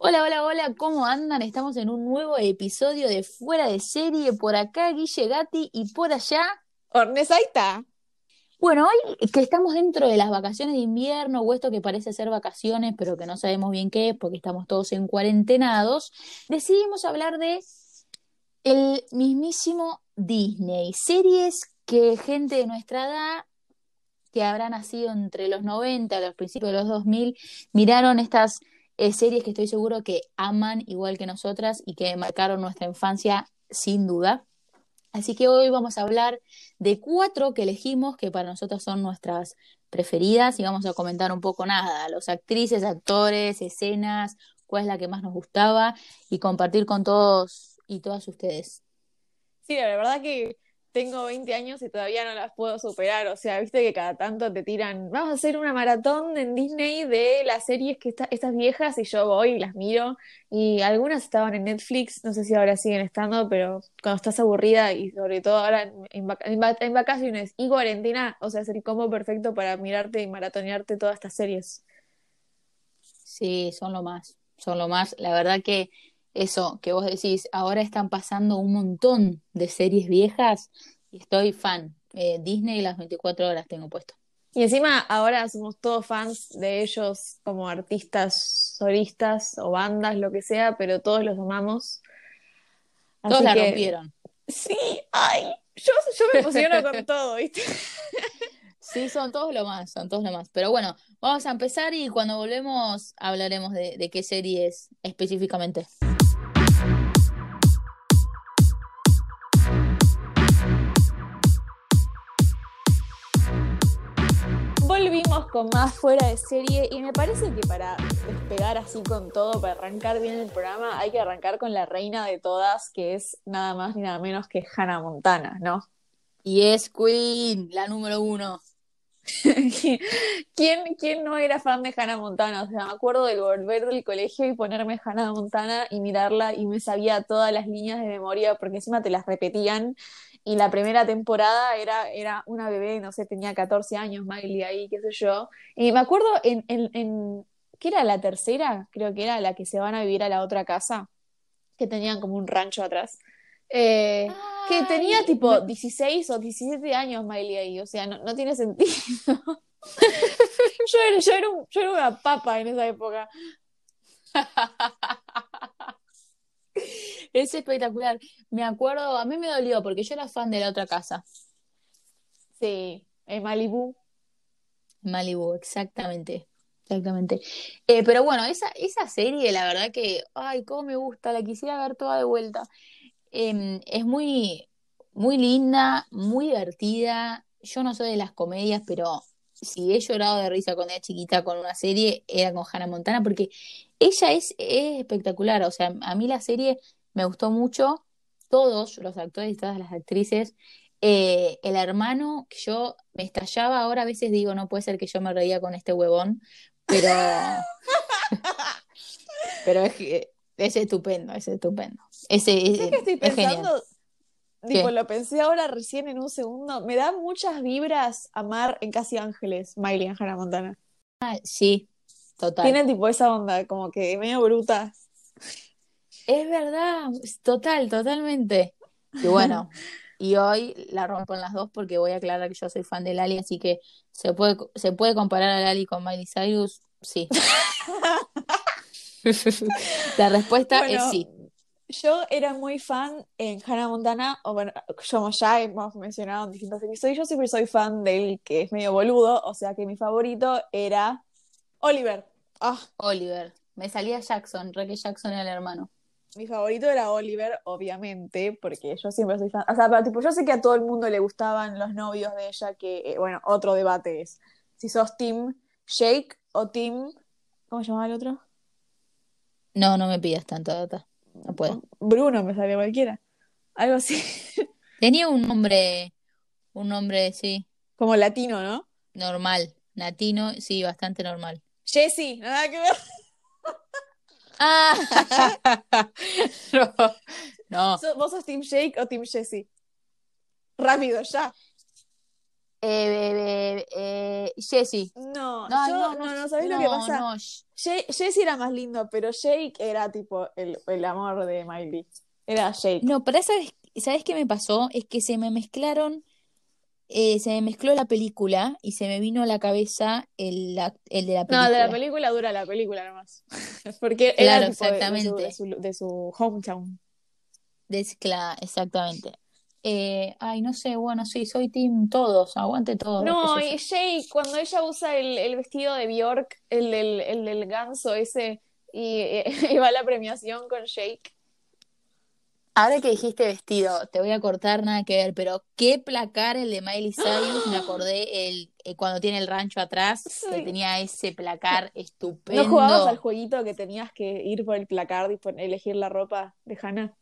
Hola, hola, hola, ¿cómo andan? Estamos en un nuevo episodio de Fuera de Serie. Por acá Guille Gatti y por allá. Ornesaita. Bueno, hoy que estamos dentro de las vacaciones de invierno o esto que parece ser vacaciones, pero que no sabemos bien qué es porque estamos todos en cuarentenados, decidimos hablar de el mismísimo Disney. Series que gente de nuestra edad que habrá nacido entre los 90 y los principios de los 2000 miraron estas eh, series que estoy seguro que aman igual que nosotras y que marcaron nuestra infancia sin duda. Así que hoy vamos a hablar de cuatro que elegimos que para nosotros son nuestras preferidas y vamos a comentar un poco nada, los actrices, actores, escenas, cuál es la que más nos gustaba y compartir con todos y todas ustedes. Sí, la verdad que tengo 20 años y todavía no las puedo superar. O sea, viste que cada tanto te tiran, vamos a hacer una maratón en Disney de las series que está, estas viejas y yo voy y las miro. Y algunas estaban en Netflix, no sé si ahora siguen estando, pero cuando estás aburrida y sobre todo ahora en, en, vac en, vac en vacaciones y cuarentena, o sea, es el combo perfecto para mirarte y maratonearte todas estas series. Sí, son lo más, son lo más. La verdad que eso que vos decís, ahora están pasando un montón de series viejas y estoy fan. Eh, Disney las 24 horas tengo puesto. Y encima ahora somos todos fans de ellos como artistas, solistas o bandas, lo que sea, pero todos los amamos. Así todos la que... rompieron. Sí, ay, yo, yo me emociono con todo, ¿viste? Sí, son todos lo más, son todos lo más. Pero bueno, vamos a empezar y cuando volvemos hablaremos de, de qué serie es específicamente. Volvimos con más fuera de serie y me parece que para despegar así con todo, para arrancar bien el programa, hay que arrancar con la reina de todas, que es nada más ni nada menos que Hannah Montana, ¿no? Y es Queen, la número uno. ¿Quién, ¿Quién, no era fan de Hannah Montana? O sea, me acuerdo de volver del colegio y ponerme Hannah Montana y mirarla y me sabía todas las líneas de memoria porque encima te las repetían. Y la primera temporada era, era una bebé, no sé, tenía 14 años, Miley ahí, qué sé yo. Y me acuerdo en, en, en, ¿qué era la tercera? Creo que era la que se van a vivir a la otra casa, que tenían como un rancho atrás. Eh, que tenía tipo 16 o 17 años Miley ahí, o sea, no, no tiene sentido. yo, era, yo, era un, yo, era, una papa en esa época. es espectacular. Me acuerdo, a mí me dolió porque yo era fan de la otra casa. Sí, en Malibu. Malibu, exactamente. Exactamente. Eh, pero bueno, esa, esa serie, la verdad que, ay, cómo me gusta, la quisiera ver toda de vuelta. Eh, es muy, muy linda, muy divertida. Yo no soy de las comedias, pero si he llorado de risa cuando era chiquita con una serie, era con Hannah Montana, porque ella es, es espectacular. O sea, a mí la serie me gustó mucho. Todos los actores y todas las actrices. Eh, el hermano, que yo me estallaba, ahora a veces digo, no puede ser que yo me reía con este huevón, pero. pero es que es estupendo, es estupendo. Ese, es, que estoy pensando? Es tipo, lo pensé ahora recién en un segundo. Me da muchas vibras amar en Casi Ángeles, Miley en Hannah Montana. Ah, sí, total. Tiene tipo esa onda, como que medio bruta. Es verdad, total, totalmente. Y bueno, y hoy la rompo en las dos porque voy a aclarar que yo soy fan de Lali, así que se puede, se puede comparar a Lali con Miley Cyrus, sí. la respuesta bueno, es sí. Yo era muy fan en Hannah Montana, o bueno, como ya hemos mencionado en distintos episodios, yo siempre soy fan del que es medio boludo, o sea que mi favorito era Oliver. Ah, Oh. Oliver. Me salía Jackson, Ricky Jackson era el hermano. Mi favorito era Oliver, obviamente, porque yo siempre soy fan. O sea, pero, tipo, yo sé que a todo el mundo le gustaban los novios de ella, que, eh, bueno, otro debate es si sos Team Jake o Team. ¿Cómo se llamaba el otro? No, no me pidas tanta data. No puedo. Bruno me salía cualquiera. Algo así. Tenía un nombre, un nombre, sí. Como latino, ¿no? Normal. Latino, sí, bastante normal. Jesse, nada que ver. Ah. no. no. ¿Vos sos Team Jake o Team Jesse? Rápido, ya. eh, eh, eh, Jesse. No, No, yo, no, no, no, no, ¿sabés lo que no, pasa? no, sh- Jay- Jesse era más lindo, pero Jake era tipo el, el amor de Miley. Era Jake. No, pero ¿sabes, ¿sabes qué me pasó? Es que se me mezclaron, eh, se me mezcló la película y se me vino a la cabeza el, la- el de la No, película. de la película dura la película nomás. Porque era Claro, tipo de- de, su, exactamente. de, su, de su hometown. Des- cla- exactamente. Eh, ay, no sé, bueno, sí, soy team todos, aguante todos. No, qué sé yo. y Jake, cuando ella usa el, el vestido de Bjork, el del, el del ganso ese, y, y va a la premiación con Jake. Ahora que dijiste vestido, te voy a cortar nada que ver, pero qué placar el de Miley Cyrus, me acordé el, eh, cuando tiene el rancho atrás, que Sí. tenía ese placar ¿No estupendo. jugabas al jueguito que tenías que ir por el placard y pon- elegir la ropa de Hannah?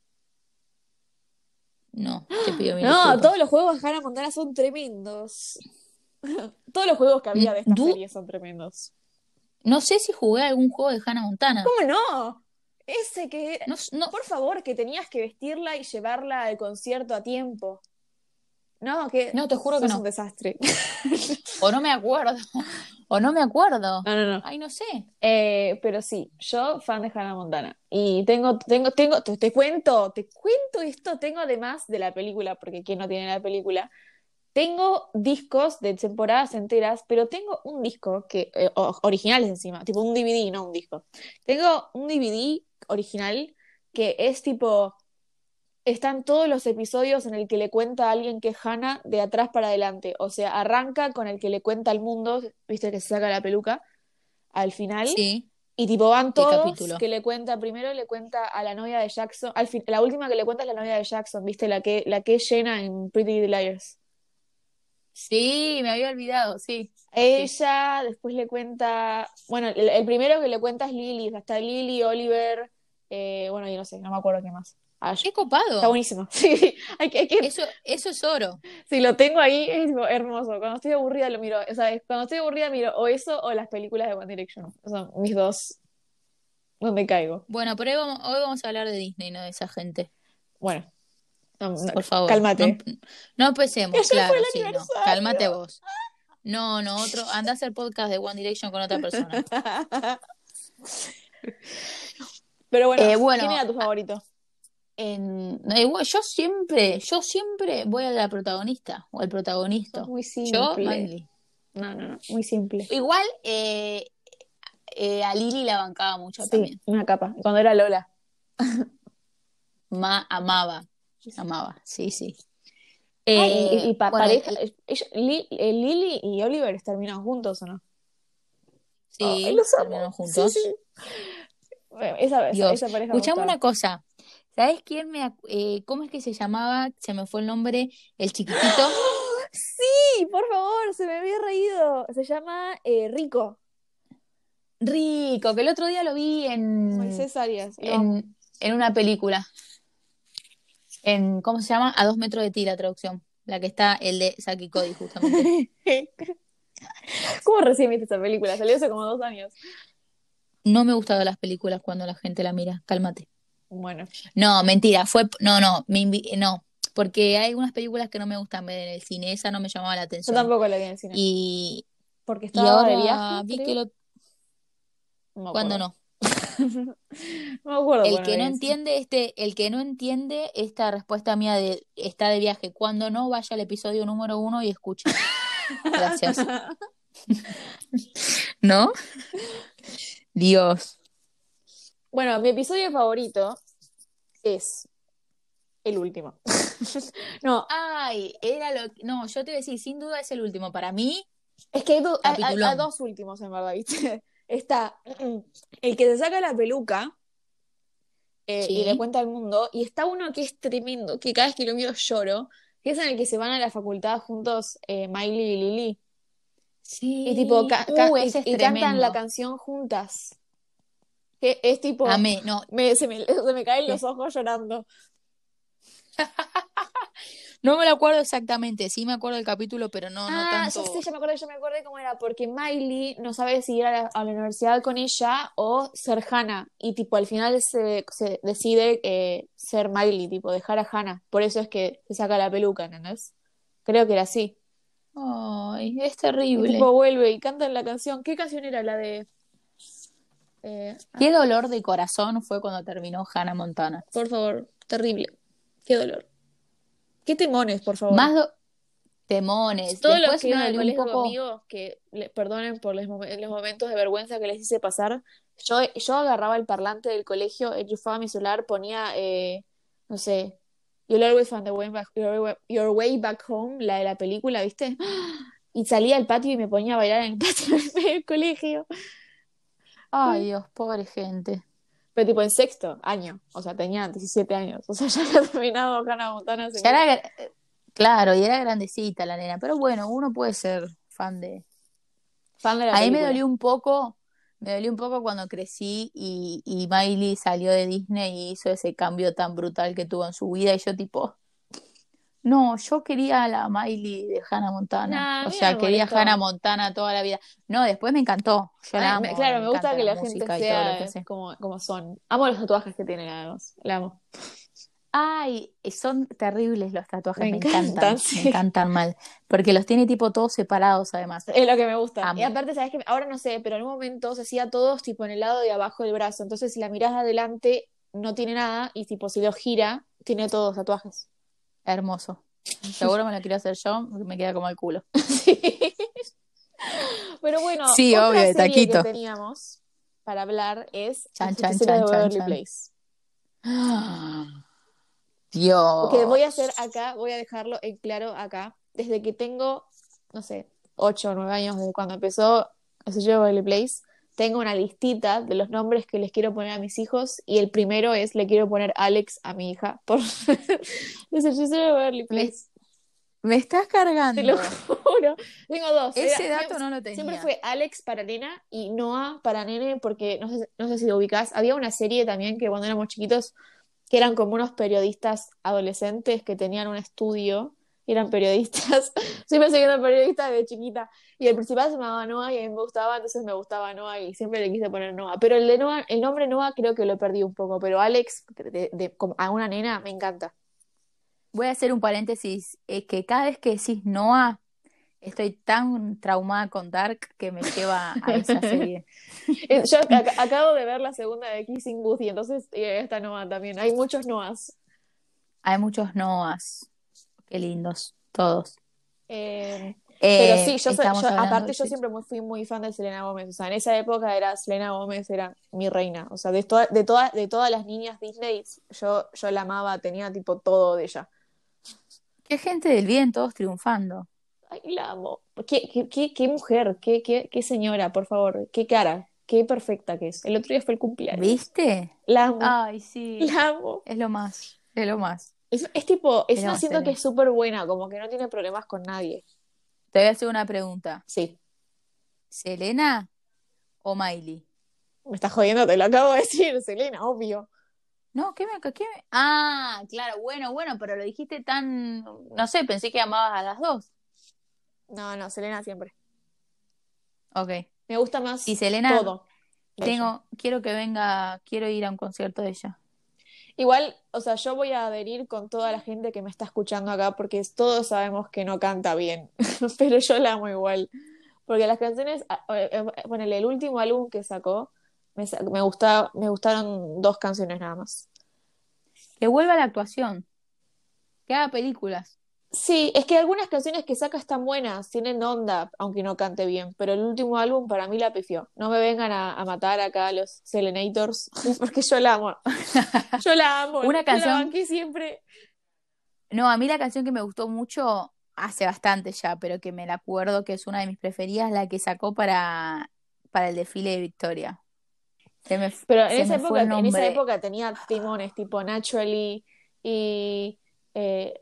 No, te pido mil No, disculpas. todos los juegos de Hannah Montana son tremendos. Todos los juegos que había de esta Du- serie son tremendos. No sé si jugué a algún juego de Hannah Montana. ¿Cómo no? Ese que... No, s- no, Por favor, que tenías que vestirla y llevarla al concierto a tiempo. No, que... no, te juro que sos un no. desastre. O no me acuerdo. O no me acuerdo. No, no, no. Ay, no sé. Eh, pero sí, yo fan de Hannah Montana. Y tengo, tengo, tengo, te, te cuento, te cuento esto, tengo además de la película, porque ¿quién no tiene la película? Tengo discos de temporadas enteras, pero tengo un disco que, eh, o- originales encima, tipo un DVD, no un disco. Tengo un DVD original que es tipo, están todos los episodios en el que le cuenta a alguien que es Hannah de atrás para adelante. O sea, arranca con el que le cuenta al mundo, viste que se saca la peluca al final. Sí. Y tipo van ¿Qué todos capítulo? que le cuenta, primero le cuenta a la novia de Jackson, al fin- la última que le cuenta es la novia de Jackson, ¿viste? La que, la que es Jenna en Pretty Little Liars. Sí, me había olvidado, sí. Ella, después le cuenta, bueno, el, el primero que le cuenta es Lily, hasta Lily, Oliver, eh, bueno, yo no sé, no me acuerdo qué más. Ash. Qué Está copado. buenísimo. Sí, hay que, hay que- Eso, eso es oro. si lo tengo ahí, es tipo, hermoso. Cuando estoy aburrida lo miro, o sea, es- cuando estoy aburrida miro o eso o las películas de One Direction. Son mis dos donde caigo. Bueno, pero hoy vamos, hoy vamos a hablar de Disney, no de esa gente. Bueno, no, no, Por favor. cálmate. No, no empecemos, Que ayer claro, fue el sí, no. aniversario. Cálmate vos. No, no, otro. Andá a hacer podcast de One Direction con otra persona. Pero bueno, Eh, bueno, ¿quién era tu favorito? En, no, igual, yo siempre, yo siempre voy a la protagonista o al protagonista. Muy Yo, simple. Miley. no, no, no, muy simple. Igual eh, eh, a Lili la bancaba mucho Sí, también. una capa. Cuando era Lola. Ma- amaba, amaba, sí, sí. Ah, Eh, y, y- y pa- bueno, pareja. ella- Li- eh, Lily y Oliver terminan juntos, ¿o no? Sí, Ay, los amo. terminaron juntos. Sí, sí. Bueno, esa, esa, Dios. esa pareja. me Escuchame gustaba. una cosa. ¿Sabes quién me... ac- eh, ¿Cómo es que se llamaba? Se me fue el nombre. El chiquitito. Sí, por favor, se me había reído. Se llama eh, Rico. Rico, que el otro día lo vi en, Moisés Arias. lo amo. Mm. en, en una película. En, ¿cómo se llama? A dos metros de ti, la traducción. La que está el de Saki Cody, justamente. ¿Cómo recién viste esa película? Salió hace como dos años. No me gustado las películas cuando la gente la mira. Cálmate. Bueno. No, mentira, fue, no, no, me invi- eh, no, porque hay algunas películas que no me gustan ver en el cine, esa no me llamaba la Yo atención. tampoco la vi en el cine. Y, y porque estaba de ahora viaje. vi creo. que lo, No me cuando acuerdo. no, No me acuerdo. el cuando que no la vi en el cine. entiende este, el que no entiende esta respuesta mía de está de viaje, cuando no vaya al episodio número uno y escuche. Gracias. ¿No? Dios. Bueno, mi episodio favorito es el último. no, Ay, era lo, no, yo te iba a decir, sin duda es el último para mí. es que hay, do- hay- hay- hay Capitulón. dos últimos en verdad, ¿viste? Está el que se saca la peluca eh, Sí. y le cuenta al mundo, y está uno que es tremendo, que cada vez que lo miro lloro, que es en el que se van a la facultad juntos eh, Miley y Lily. Sí. Y tipo, ca- ca- Uh, y, ese es y cantan la tremendo. canción juntas. Que es tipo, Amé, no, me- se, me, se me caen los ojos llorando. No me lo acuerdo exactamente, sí me acuerdo del capítulo, pero no, no Ah, tanto. ya sé, ya me acordé, ya me acordé cómo era, porque Miley no sabe si ir a la, a la universidad con ella o ser Hannah, y tipo al final se, se decide eh, ser Miley, tipo dejar a Hannah, por eso es que se saca la peluca, ¿entendés? Creo que era así. Ay, es Y terrible. tipo vuelve y cantan la canción. ¿Qué canción era la de...? Eh, ah, Qué dolor de corazón fue cuando terminó Hannah Montana. por favor, terrible. Qué dolor. Qué temones, por favor. Más do- temones. Todos los Después que uno iban al de un colegio poco... conmigo, que le- perdonen por los, momen- los momentos de vergüenza que les hice pasar, yo, yo agarraba el parlante del colegio, enchufaba mi celular, ponía, eh, no sé, You'll always find the way back, your, way- Your Way Back Home, la de la película, ¿viste? Y salía al patio y me ponía a bailar en el patio del medio del colegio. Ay, Dios, pobre gente. Pero tipo en sexto año, o sea, tenía 17 años, o sea, ya había terminado Hannah Montana. Ya era gra- eh, claro, y era grandecita la nena, pero bueno, uno puede ser fan de... fan de la A mí me película. dolió un poco, me dolió un poco cuando crecí y, y Miley salió de Disney y hizo ese cambio tan brutal que tuvo en su vida y yo tipo, no, yo quería a la Miley de Hannah Montana, Nah, a o mí sea, me quería a molestó. Hannah Montana toda la vida. No, después me encantó, yo la Ay, me- amo, claro, me gusta encanta que la gente música y todo lo que sea hace. como, como son. Amo los tatuajes que tienen, además. La amo. Ay, eh, son terribles los tatuajes, Me me encantan, encantan, me sí. encantan mal, porque los tiene tipo todos separados además. Es lo que me gusta. Amo. Y aparte, sabes que ahora no sé, pero en un momento se hacía todos tipo en el lado de abajo del brazo. Entonces, si la mirás de adelante, no tiene nada. Y tipo, si lo gira, tiene todos los tatuajes. Hermoso. Seguro me lo quiero hacer yo, me queda como el culo. Sí. Pero bueno, Sí, otra obvio, de serie que taquito. teníamos para hablar es Chan, Los chan, Justicieros de chan, chan, Beverly chan. Place. Dios. que voy a hacer acá, voy a dejarlo en claro acá, desde que tengo, no sé, 8 o 9 años, desde cuando empezó el sello Beverly Place, tengo una listita de los nombres que les quiero poner a mis hijos, y el primero es, le quiero poner Alex a mi hija, por el sello de Beverly Place, Me estás cargando. te lo juro, tengo dos, Ese Era- dato no lo tenía. Siempre fue Alex para nena y Noah para nene, porque no sé, no sé si lo ubicás. Había una serie también que cuando éramos chiquitos, que eran como unos periodistas adolescentes que tenían un estudio y eran periodistas. siempre seguí una periodista de chiquita. Y el principal se llamaba Noah y a mí me gustaba, entonces me gustaba Noah y siempre le quise poner Noah. Pero el, de Noah, el nombre Noah creo que lo perdí un poco, pero Alex de- de- como a una nena me encanta. Voy a hacer un paréntesis, es que cada vez que decís Noah, estoy tan traumada con Dark que me lleva a esa serie. Eh, Yo ac- acabo de ver la segunda de Kissing Booth y entonces eh, está Noah también. Hay muchos Noahs. Hay muchos Noahs. Qué lindos, todos. Eh, Eh, Pero sí, yo, soy- estamos yo- hablando aparte de- yo siempre muy- fui muy fan de Selena Gómez, o sea, en esa época era Selena Gómez era mi reina, o sea, de, toda- de, todas de todas las niñas Disney yo, yo la amaba, tenía tipo todo de ella. Qué gente del bien, todos triunfando. Ay, la amo. Qué, qué, qué- qué mujer, qué, qué, qué señora, por favor, qué cara, qué perfecta que es. El otro día fue el cumpleaños. ¿Viste? Ah. La amo, Ay, sí. la amo. Es lo más, es lo más. Es, es tipo, es Era una siento Selena. que es súper buena, como que no tiene problemas con nadie. Te voy a hacer una pregunta. Sí, ¿Selena o Miley? me estás jodiendo, te lo acabo de decir, Selena, obvio. No, ¿qué me, qué me- Ah, claro, bueno, bueno, pero lo dijiste tan, no sé, pensé que amabas a las dos. No, no, Selena siempre. Ok. Me gusta más Y Selena, todo. de ella. tengo, quiero que venga, quiero ir a un concierto de ella. Igual, o sea, yo voy a adherir con toda la gente que me está escuchando acá porque es- todos sabemos que no canta bien, pero yo la amo igual. Porque las canciones, a- eh, eh, ponele, el último álbum que sacó, me, sa- me, gusta- me gustaron dos canciones nada más. Que vuelva a la actuación, que haga películas. Sí, es que algunas canciones que saca están buenas, tienen onda, aunque no cante bien, pero el último álbum para mí la pifió. No me vengan a, a matar acá los Selenators, porque yo la amo. Yo la amo, Una yo la canción- banqué siempre. No, a mí la canción que me gustó mucho hace bastante ya, pero que me la acuerdo que es una de mis preferidas, la que sacó para, para el desfile de Victoria. Se me, Pero en se esa me fue época, el en esa nombre. época tenía timones tipo Naturally y eh,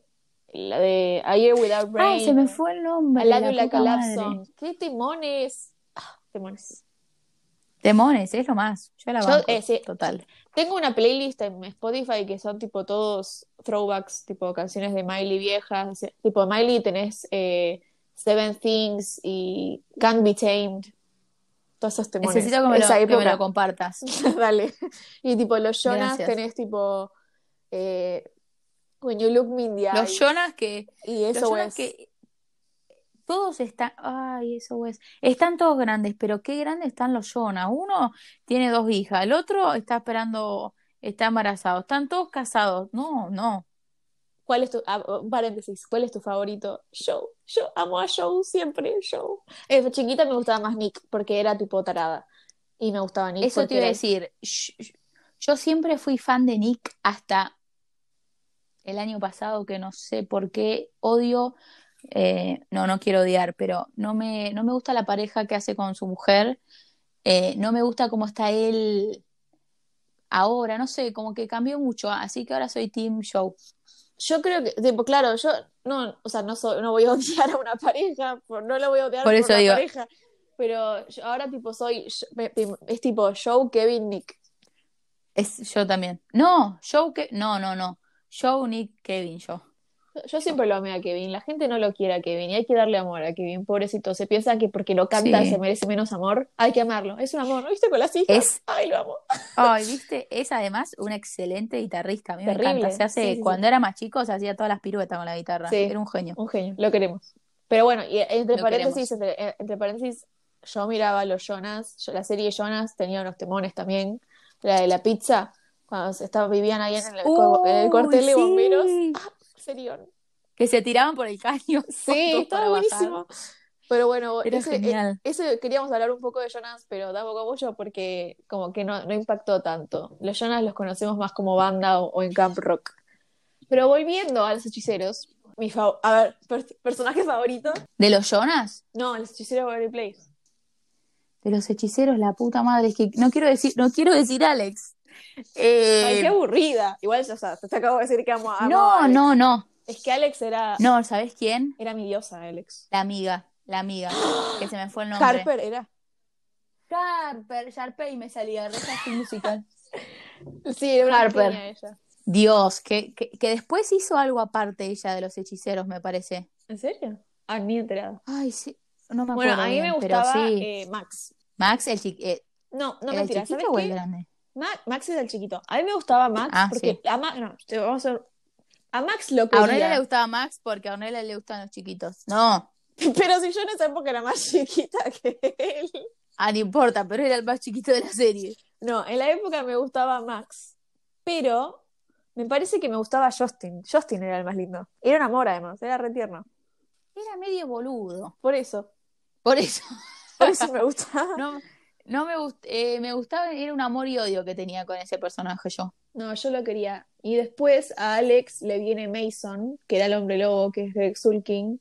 la de A Year Without Ay, se me Rain, fue el I nombre, Love You la Like puta a Love madre. Song. ¡Qué timones! Ah, timones. Demones, es lo más. Yo la Yo, banco, eh, sí. total. Tengo una playlist en Spotify que son tipo todos throwbacks, tipo canciones de Miley viejas. eh, Tipo Miley tenés eh, Seven Things y Can't Be Tamed. Todos esos timones. Necesito que me, lo, Esa que me época. lo compartas. Dale. Y tipo los Jonas Gracias. tenés tipo eh, When You Look Me in the Los Eye Jonas que, y los eso Jonas es que Todos están, ay, eso es, están todos grandes, pero qué grandes están los Jonah. Uno tiene dos hijas, el otro está esperando, está embarazado, están todos casados. No, no. ¿Cuál es tu, ah, un paréntesis, cuál es tu favorito? Joe, yo amo a Joe siempre, Joe. Eh, chiquita me gustaba más Nick, porque era tipo tarada. Y me gustaba Nick. Eso porque te iba a era- decir. sh- sh- Yo siempre fui fan de Nick hasta el año pasado, que no sé por qué odio. eh, no, no quiero odiar, pero no me, no me gusta la pareja que hace con su mujer. eh, no me gusta cómo está él ahora. No sé, como que cambió mucho. Así que ahora soy Team Show. Yo creo que, tipo, claro, yo no, o sea, no, soy- no voy a odiar a una pareja, por- no la voy a odiar Por por, eso la digo- pareja. Pero yo ahora tipo soy, yo- me- me- es tipo Joe, Kevin, Nick. Es, yo también. No, Show que. No, no, no. Show, Nick, Kevin, yo. Yo siempre lo amé a Kevin, la gente no lo quiere a Kevin y hay que darle amor a Kevin, pobrecito. Se piensa que porque lo canta Sí. se merece menos amor, hay que amarlo, es un amor, ¿no viste? Con las hijas, Es ay, lo amo. Ay, viste, es además un excelente guitarrista, a mí me Terrible. encanta. Se hace, Sí, sí, sí. cuando era más chico, se hacía todas las piruetas con la guitarra. Sí. Era un genio. Un genio, lo queremos. Pero bueno, y eh, entre Lo paréntesis, entre, eh, entre paréntesis, yo miraba los Jonas, yo- la serie Jonas tenía unos temones también, la de la pizza, cuando se estaba, vivían ahí en el, co- en el Uy, cuartel de sí. bomberos. Ah, serión. Que se tiraban por el caño. Sí, todos estaba para bajar. buenísimo. Pero bueno, Era ese, genial. e- ese queríamos hablar un poco de Jonas, pero tampoco mucho porque como que no, no impactó tanto. Los Jonas los conocemos más como banda o, o en camp rock. Pero volviendo a los hechiceros, mi fa- a ver, per- personaje favorito. ¿De los Jonas? No, los hechiceros Waverly Place. De los hechiceros, la puta madre. Es que no quiero decir, no quiero decir Alex. Eh, Ay, qué aburrida. Igual, o sea, te acabo de decir que amo, amo a no, Alex. no, no. Es que Alex era, No, ¿sabes quién? era mi diosa, Alex. La amiga, la amiga. Que se me fue el nombre. Harper era. Harper, Sharpay me salía, reza musical. Sí, era una Harper. genia ella. Dios, que, que, que después hizo algo aparte ella de los hechiceros, me parece. ¿En serio? Ah, ni enterada. Ay, sí, no me acuerdo. Bueno, a mí me bien, pero gustaba sí. eh, Max. Max, el, chi- eh, No, ¿era no el mentira, ¿sabes chiquito o el qué? grande? Ma- Max es el chiquito. A mí me gustaba Max Ah, porque sí. a Max, no, te- vamos a ver. A Max lo A Ornella le quería. gustaba Max porque a Ornella le gustan los chiquitos. No, Pero si yo en esa época era más chiquita que él. ah, no importa, pero era el más chiquito de la serie. No, en la época me gustaba Max. Pero me parece que me gustaba Justin. Justin era el más lindo. Era un amor además, era re tierno. Era medio boludo. Por eso. Por eso, Por eso me gustaba. no, no me, gust- eh, me gustaba, era un amor y odio que tenía con ese personaje yo. No, yo lo quería. Y después a Alex le viene Mason, que era el hombre lobo, que es Greg Sulkin.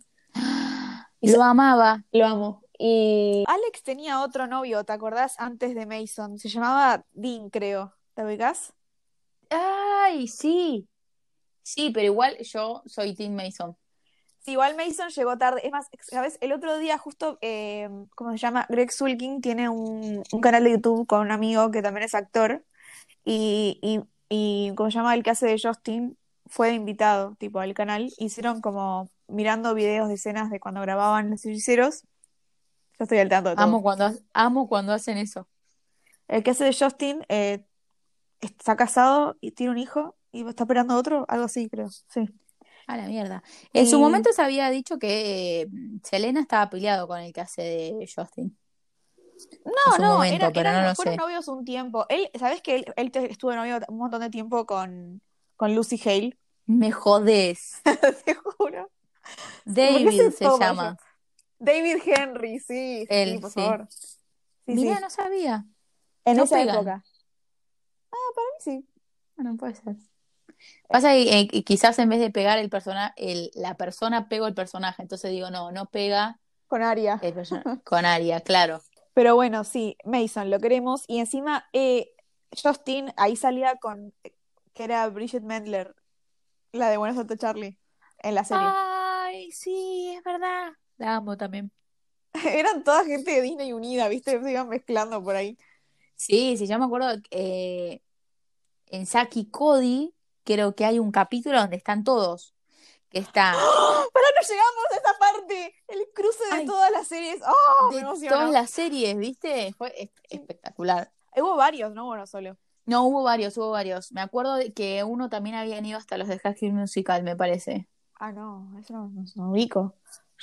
Y Lo amaba. Lo amo. Y Alex tenía otro novio, ¿te acordás? Antes de Mason. Se llamaba Dean, creo. ¿Te ubicás? Ay, sí. Sí, pero igual yo soy Tim Mason. Sí, igual Mason llegó tarde. Es más, ¿sabes? El otro día justo, eh, ¿cómo se llama? Greg Sulkin tiene un, un canal de YouTube con un amigo que también es actor. Y, y, y, ¿cómo se llama? El que hace de Justin fue invitado, tipo, al canal. Hicieron como mirando videos de escenas de cuando grababan Los Hechiceros. Yo estoy al tanto de todo. Amo cuando, ha- amo cuando hacen eso. El que hace de Justin eh, está casado y tiene un hijo y está esperando otro, algo así, creo. Sí. A la mierda. En su Y- momento se había dicho que eh, Selena estaba peleado con el que hace de Justin. No, su no, momento, era- pero eran- no lo fueron sé. novios un tiempo. Él, ¿sabes que él, él te- estuvo de novio un montón de tiempo con, con Lucy Hale? Me jodés. Te juro. David sé se todo llama. David Henry, sí, sí, Él, por sí. favor. Sí, sí. Mirá, no sabía. En no esa pegan. época. Ah, para mí sí. Bueno, puede ser. Pasa que eh, que quizás en vez de pegar el persona, el, la persona pego el personaje. Entonces digo, no, no pega Con Aria. el persona- con Aria, claro. Pero bueno, sí, Mason, lo queremos. Y encima, eh, Justin ahí salía con, eh, que era Bridget Mendler, la de Buenos Aires Charlie, en la Ah. serie. Ay, sí, es verdad. La amo también. Eran toda gente de Disney unida, ¿viste? Se iban mezclando por ahí. Sí, sí, yo me acuerdo eh, en Saki Cody, creo que hay un capítulo donde están todos. Que está ¡Ah! Pero ¡Oh, no llegamos a esa parte, el cruce de Ay. todas las series. ¡Oh! Me de emocionó. todas las series, ¿viste? Fue es- espectacular. Hubo varios, no uno solo. No, hubo varios, hubo varios. Me acuerdo de que uno también habían ido hasta los de High School Musical, me parece. Ah, no, eso no, no, no ubico.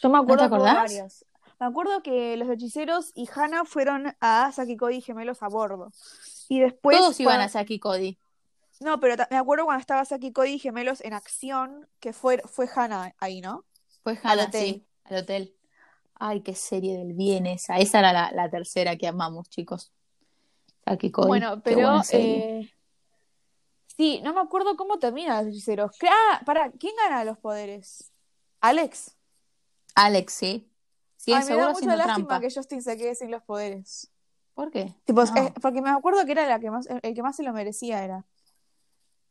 Yo me acuerdo te que hubo acordás? varios. Me acuerdo que los hechiceros y Hannah fueron a Saki Cody gemelos a bordo. Y después. Todos iban cuando- a Saki Cody. No, pero ta- me acuerdo cuando estaba Saki Cody gemelos en acción, que fue, fue Hannah ahí, ¿no? Fue Hannah, hotel. sí, al hotel. Ay, qué serie del bien esa. Esa era la, la tercera que amamos, chicos. Saki Cody. Bueno, qué pero buena serie. eh, sí, no me acuerdo cómo termina los hechiceros. Cre- Ah, para, ¿quién gana los poderes? Alex. Alex, sí. Sí, Ay, me seguro da mucha haciendo lástima trampa. que Justin se quede sin los poderes. ¿Por qué? Tipo, no. eh, porque me acuerdo que era la que más, el que más se lo merecía era.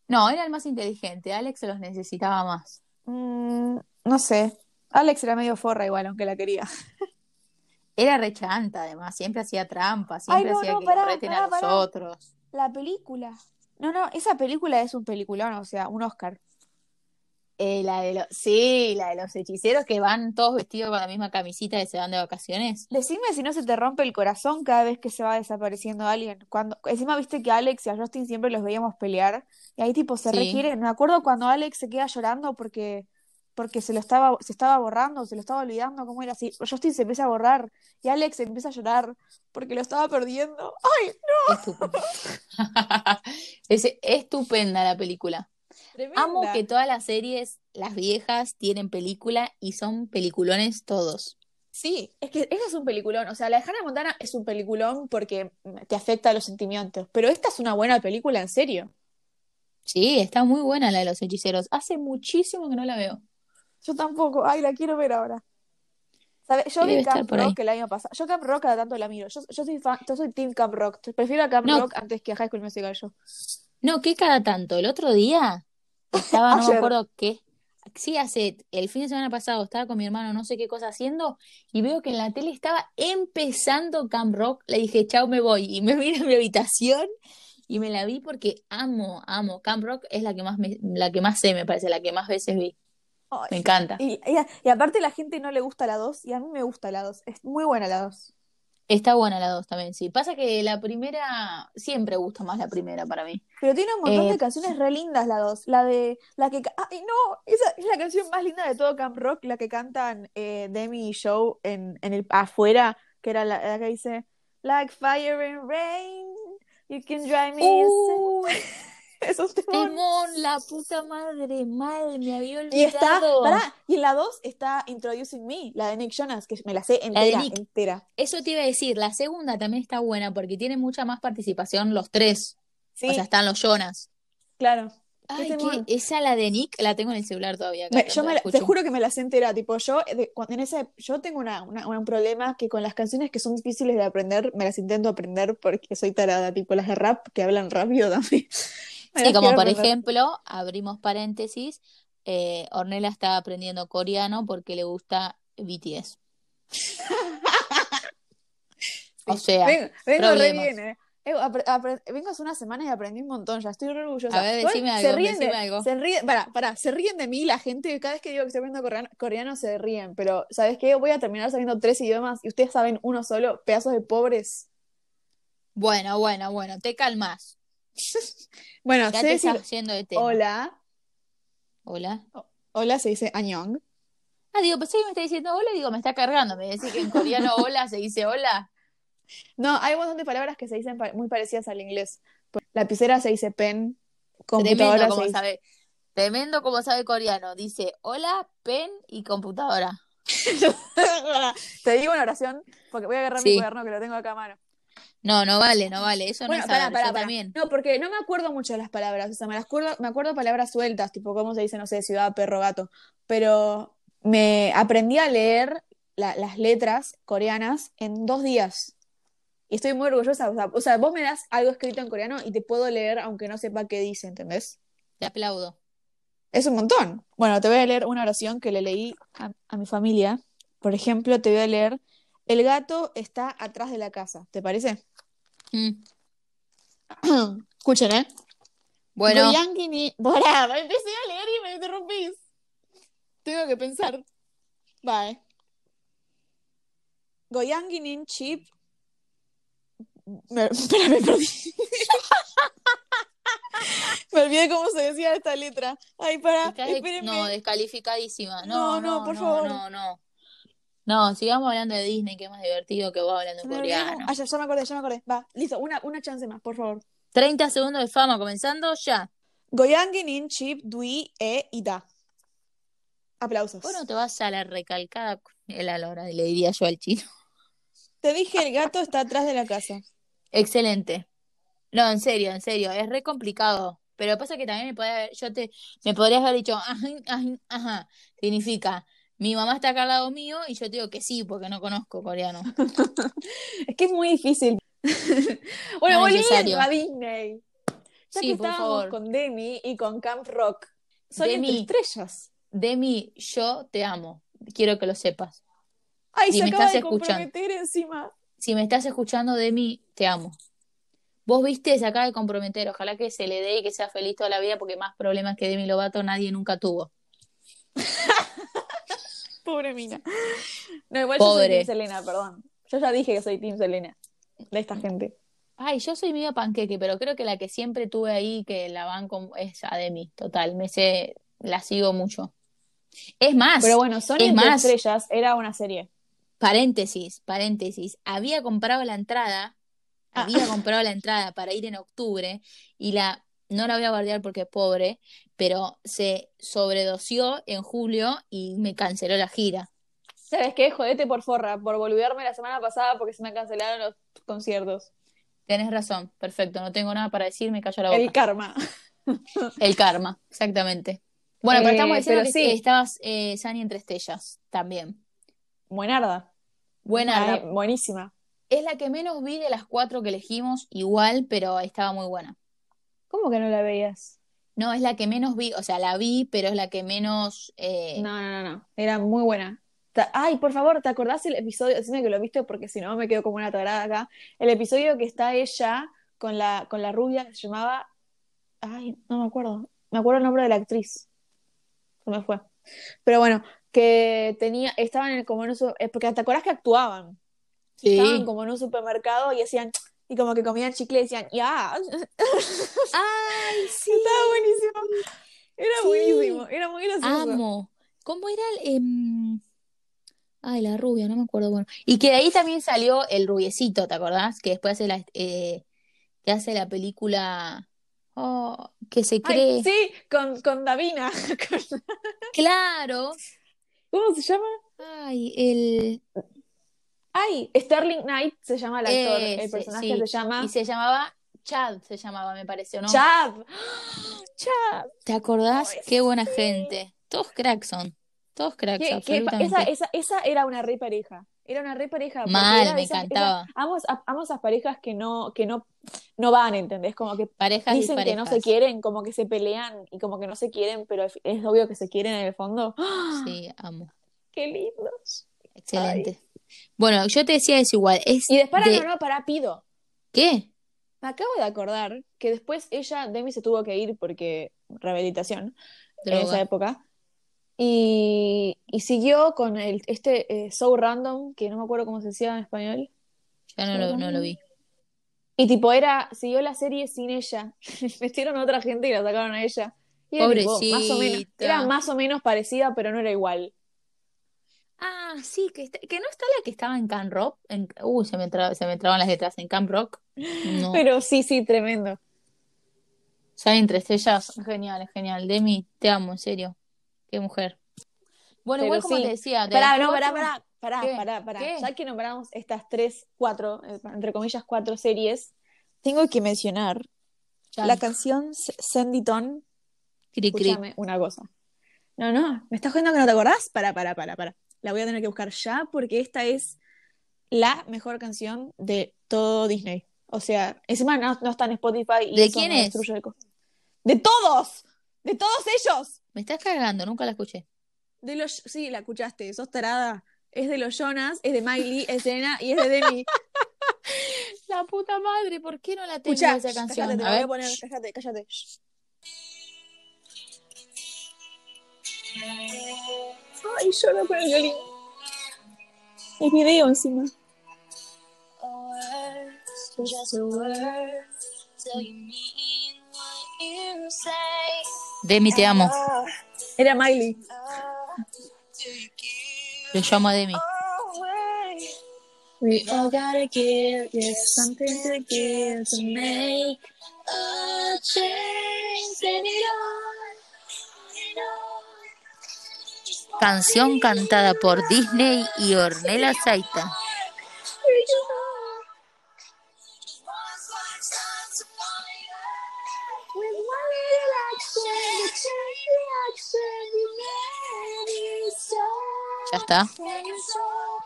No, era el más inteligente. Alex los necesitaba más. Mm, no sé. Alex era medio forra igual, aunque la quería. Era rechanta, además. Siempre hacía trampa. Siempre Ay, no, hacía no, que pará, lo reten pará, a los pará. otros. La película. No, no, esa película es un peliculón, o sea, un Oscar. Eh, la de los, sí, la de los hechiceros que van todos vestidos con la misma camisita y se van de vacaciones. Decime si no se te rompe el corazón cada vez que se va desapareciendo alguien. Cuando, encima viste que a Alex y a Justin siempre los veíamos pelear. Y ahí tipo se Sí. requieren. Me acuerdo cuando Alex se queda llorando porque, porque se lo estaba, se estaba borrando, se lo estaba olvidando, cómo era así. Justin se empieza a borrar y Alex empieza a llorar porque lo estaba perdiendo. ¡Ay! Estupenda. es estupenda la película. Tremenda. Amo que todas las series, las viejas, tienen película y son peliculones todos. Sí, es que ese es un peliculón. O sea, la de Hannah Montana es un peliculón porque te afecta a los sentimientos. Pero esta es una buena película, en serio. Sí, está muy buena la de los hechiceros. Hace muchísimo que no la veo. Yo tampoco. Ay, la quiero ver ahora. ¿Sabes? Yo Sí, debe vi estar Camp por ahí. Rock el año pasado. Yo Camp Rock cada tanto la miro. Yo, yo soy fan, yo soy Team Camp Rock. Prefiero a Camp No. Rock antes que a High School Musical yo. No, que cada tanto. El otro día estaba, no me Ayer. acuerdo qué. Sí, hace el fin de semana pasado estaba con mi hermano, no sé qué cosa haciendo, y veo que en la tele estaba empezando Camp Rock. Le dije, chao, me voy. Y me vine a mi habitación y me la vi porque amo, amo. Camp Rock es la que más, me- la que más sé, me parece, la que más veces vi. Me Ay. encanta. Y, y, y aparte la gente no le gusta la 2 y a mí me gusta la 2. Es muy buena la 2. Está buena la dos también, sí. Pasa que la primera, siempre gusta más la primera para mí. Pero tiene un montón Eh, de canciones re lindas la 2. La de. La que. ca- ¡Ay, no! Esa es la canción más linda de todo Camp Rock, la que cantan eh, Demi y Joe en, en el, afuera, que era la, la que dice. Like fire and rain, you can drive me insane. ¡Uy! Eso es temón. Temón, la puta madre, mal, me había olvidado. Y está. pará, y en la 2 está Introducing Me, la de Nick Jonas, que me la sé La de entera, Nick. entera. Eso te iba a decir, la segunda también está buena porque tiene mucha más participación los tres. Sí, O sea, están los Jonas. claro. Ay, temón. que esa la de Nick la tengo en el celular todavía. acá, Me- tanto yo me la la- te escucho. juro que me las entera, tipo yo de- cuando en ese yo tengo una, una- un problema que con las canciones que son difíciles de aprender me las intento aprender porque soy tarada, tipo las de rap que hablan rápido también. Me Sí, las como quiero por aprender. ejemplo, abrimos paréntesis, eh, Ornella está aprendiendo coreano porque le gusta BTS. O sea, Vengo, vengo re problemas. bien, eh. Eh, apre- apre- vengo hace unas semanas y aprendí un montón, ya estoy re orgullosa. A ver, Igual decime se algo, ríen de, decime algo. se ríen, pará, pará, se ríen de mí la gente, cada vez que digo que estoy aprendiendo coreano, coreano se ríen, pero ¿sabes qué? Voy a terminar sabiendo tres idiomas y ustedes saben uno solo, pedazos de pobres. Bueno, bueno, bueno, te calmas. Bueno, Ya sé te decir estás yendo de tema. hola, Hola. hola se dice añong. Ah, digo, pensé que me está diciendo hola, y digo, me está cargando. Me decís que en coreano hola se dice hola. No, hay un montón de palabras que se dicen pa- muy parecidas al inglés. Por- Lapicera se dice pen, computadora Tremendo se como dice... sabe. Tremendo como sabe coreano. Dice hola, pen y computadora. Te digo una oración porque voy a agarrar Sí. mi cuaderno que lo tengo acá a mano. No, no vale, no vale. Eso Bueno, no es pará, saber, pará, yo pará. también. No, porque no me acuerdo mucho de las palabras. O sea, me las acuerdo, me acuerdo palabras sueltas, tipo cómo se dice, no sé, ciudad, perro, gato. Pero me aprendí a leer la- las letras coreanas en dos días. Y estoy muy orgullosa. O sea, o sea, vos me das algo escrito en coreano y te puedo leer aunque no sepa qué dice, ¿entendés? Te aplaudo. Es un montón. Bueno, te voy a leer una oración que le leí a, a mi familia. Por ejemplo, te voy a leer, el gato está atrás de la casa. ¿Te parece? Mm. Escuchen, ¿eh? Bueno, Goyangi ni- Pará, me empecé a leer y me interrumpís. Tengo que pensar. Bye. Goyangi nin chip. Me, espera, me perdí. me olvidé cómo se decía esta letra. Ay, pará, estás de- espérenme. no, descalificadísima. No, No, no, no, por no, favor. no, no. No, sigamos hablando de Disney, que es más divertido que vos hablando en coreano. Ah, ya, ya me acordé, ya me acordé. Va, listo, una, una chance más, por favor. 30 segundos de fama, comenzando ya. Goyangi, Nin, Chip, Dui, E y Da. Aplausos. Bueno, te vas a la recalcada el alora, le diría yo al chino. Te dije, el gato está atrás de la casa. Excelente. No, en serio, en serio, es re complicado. Pero pasa que también me podría haber- yo te, me podrías haber dicho, ajá, ajá, ajá. Significa, mi mamá está acá al lado mío y yo te digo que sí, porque no conozco coreano. Es que es muy difícil. bueno, No es volviendo necesario. a Disney. Ya Sí, que por estábamos favor. con Demi y con Camp Rock. Soy Demi. entre estrellas. Demi, yo te amo. Quiero que lo sepas. Ay, Y se me acaba estás de escuchando. comprometer encima. Si me estás escuchando, Demi, te amo. Vos viste, se acaba de comprometer. Ojalá que se le dé y que sea feliz toda la vida, porque más problemas que Demi Lovato nadie nunca tuvo. Pobre mina. No, igual yo soy Pobre. Team Selena, perdón. Yo ya dije que soy Team Selena. De esta gente. Ay, yo soy medio panqueque, pero creo que la que siempre tuve ahí, que la banco, es a Demi, total. Me sé, la sigo mucho. Es más, Pero bueno, Soy Ah, Es entre más- estrellas era una serie. paréntesis, paréntesis. Había comprado la entrada, Ah. había comprado la entrada para ir en octubre y la, no la voy a bardear porque es pobre, pero se sobredosió en julio y me canceló la gira. ¿Sabes qué? Jodete por forra, por volverme la semana pasada porque se me cancelaron los conciertos. Tenés razón, perfecto, no tengo nada para decir, me cayó la boca. El karma. El karma, exactamente. Bueno, pero Eh, estamos diciendo pero que sí. estabas eh, Sani entre estrellas también. Buenarda. Buena, Ay, la- buenísima. es la que menos vi de las cuatro que elegimos, igual, pero estaba muy buena. ¿Cómo que no la veías? No, es la que menos vi, o sea, la vi, pero es la que menos... eh, No, no, no, no. Era muy buena. Ta- Ay, por favor, ¿te acordás el episodio? Decime que lo viste porque si no me quedo como una tarada acá. El episodio que está ella con la, con la rubia que se llamaba. Ay, no me acuerdo. Me acuerdo el nombre de la actriz. Se me fue. Pero bueno, que tenía, estaban en- como en un su- eh, Porque te acordás que actuaban. Estaban sí. como en un supermercado y hacían. Y como que comían chicle y decían, ¡ya! ¡Ay, sí! Estaba buenísimo. Era Sí. buenísimo. Era muy gracioso. Amo. ¿Cómo era el... em, Ay, la rubia, no me acuerdo. Bueno. Y que de ahí también salió el rubiecito, ¿te acordás? Que después hace la, eh, que hace la película... Oh, que se cree... Ay, sí, con, con Davina. Con- Claro. ¿Cómo se llama? Ay, el... Ay, Sterling Knight se llama el actor. el ese, personaje Eh, sí. se llama Y se llamaba Chad, se llamaba, me pareció, ¿no? Chad. Chad. ¿Te acordás? Ay, Qué buena sí. gente. Todos cracks son. Todos cracks, Que- que pa- absolutamente. esa, esa, esa era una re pareja. Era una re pareja. porque Mal, era de me esas- encantaba. esas- amo, esas- amo esas parejas que no, que no, no van, ¿entendés? Como que Parejas y dicen que no se parejas. quieren, como que se pelean y como que no se quieren, pero es- es obvio que se quieren en el fondo. ¡Ah! Sí, amo. ¡Qué lindos! Excelente. Bueno, yo te decía eso igual. Es Y después, de... no, no, para, pido. ¿Qué? Me acabo de acordar que después ella, Demi, se tuvo que ir porque rehabilitación en esa Droga. época. Y, y siguió con el, este eh, So Random, que no me acuerdo cómo se decía en español. Yo no lo, no lo vi. Y tipo era, siguió la serie sin ella. Metieron a otra gente y la sacaron a ella. Y era tipo, más o menos, Pobrecita. era más o menos parecida, pero no era igual. Ah, sí, que, está- que no está la que estaba en Camp Rock. En... Uy, se me, tra- se me traban las letras. En Camp Rock. No. Pero sí, sí, tremendo. Salen entre estrellas. Genial, genial. Demi, te amo, en serio. Qué mujer. Bueno, Pero igual como sí. te decía. de Pará, las no, pará, cuatro- pará, pará, ¿Qué? pará, pará. ¿Qué? Ya que nombramos estas tres, cuatro, eh, entre comillas, cuatro series, tengo que mencionar Chan, la canción S- Sandy Tone. cri, cri. Escúchame una cosa. No, no, me estás jodiendo que no te acordás. Pará, pará, pará, pará. La voy a tener que buscar ya porque esta es la mejor canción de todo Disney. O sea, encima no, no está en Spotify y ¿De eso quién me es? destruye el co- ¡De todos! ¡De todos ellos! Me estás cargando, nunca la escuché. De los, sí, la escuchaste, sos tarada. Es de los Jonas, es de Miley, es de Ena y es de Demi. La puta madre, ¿por qué no la tengo Escuchá, esa shh, canción? cállate, te A la voy ver, a poner, shh, cállate, cállate. shh. Ay, lloro con el violín. Es video encima. Just a word, so you mean what you say. Demi, te amo. Oh, Era Miley. oh, do you Te give? llamo a Demi. Oh, We all gotta give, there's something to give to make a change. Send it on, send it on. Just wanna Canción be cantada por alive. Disney y Ornella Saita. Reach on. Just one last time to find out. With one little action, the change reaction, we made it so. Ya está. oh.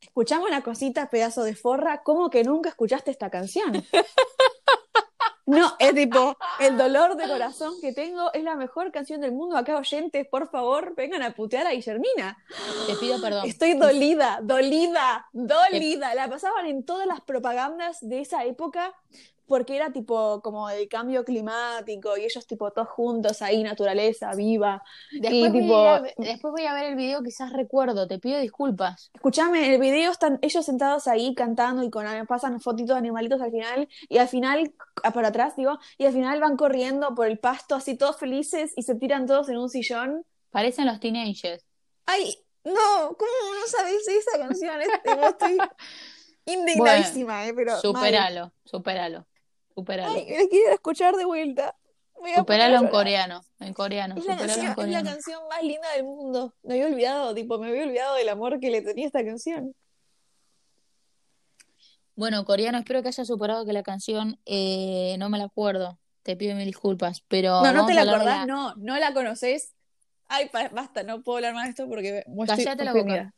Escuchamos una cosita, pedazo de forra. ¿Cómo que nunca escuchaste esta canción? No, es tipo, el dolor de corazón que tengo es la mejor canción del mundo. Acá, oyentes, por favor, vengan a putear a Guillermina. Te pido perdón. Estoy dolida, dolida, dolida. La pasaban en todas las propagandas de esa época porque era tipo como el cambio climático y ellos tipo todos juntos ahí, naturaleza, viva. Después, voy y, tipo- a ir a- después voy a ver el video, quizás recuerdo, te pido disculpas. Escuchame, en el video están ellos sentados ahí cantando y con pasan fotitos de animalitos al final y al final, ah, para atrás digo, y al final van corriendo por el pasto así todos felices y se tiran todos en un sillón. Parecen los teenagers. ¡Ay! No, ¿cómo no sabes esa canción? Este, yo estoy indignadísima, eh, pero... madre Superalo, superalo, superalo. Ay, la quiero escuchar de vuelta. Voy a Superalo en poner a llorar. coreano, en coreano, Es la, superalo en canción, es la coreano. canción más linda del mundo. Me había olvidado, tipo, me había olvidado del amor que le tenía esta canción. Bueno, coreano, espero que haya superado que la canción, eh, no me la acuerdo, te pido mil disculpas, pero No, no vamos te a la hablar de acordás, no, no la conocés. Ay, pa- basta, no puedo hablar más de esto porque me- me estoy Cállate la boca. ofendida.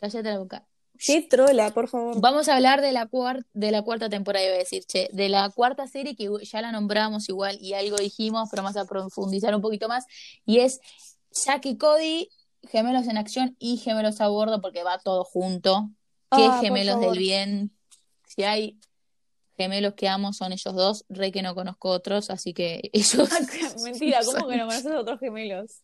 Cállate la boca. Qué trola, por favor. Vamos a hablar de la, cuar- de la cuarta temporada, iba a decir, che, de la cuarta serie que ya la nombramos igual y algo dijimos, pero vamos a profundizar un poquito más, y es Zack y Cody, gemelos en acción y gemelos a bordo, porque va todo junto. ¿Qué Ah, por gemelos favor. del bien? Si hay gemelos que amo, son ellos dos, re que no conozco otros, así que ellos Mentira, ¿cómo que no conoces a otros gemelos?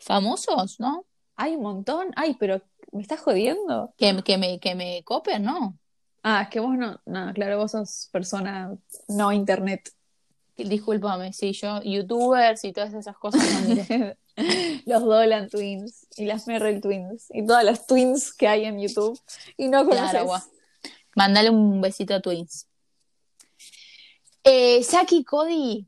famosos, ¿no? Hay un montón. Ay, pero ¿me estás jodiendo? Que, que me, que me copian, ¿no? Ah, es que vos no. No, claro, vos sos persona no internet. Discúlpame, si yo, youtubers y todas esas cosas no miro. los Dolan Twins y las Merrill Twins y todas las Twins que hay en YouTube y no conoces. Claro, guau. Mándale un besito a Twins. Eh, Saki Cody,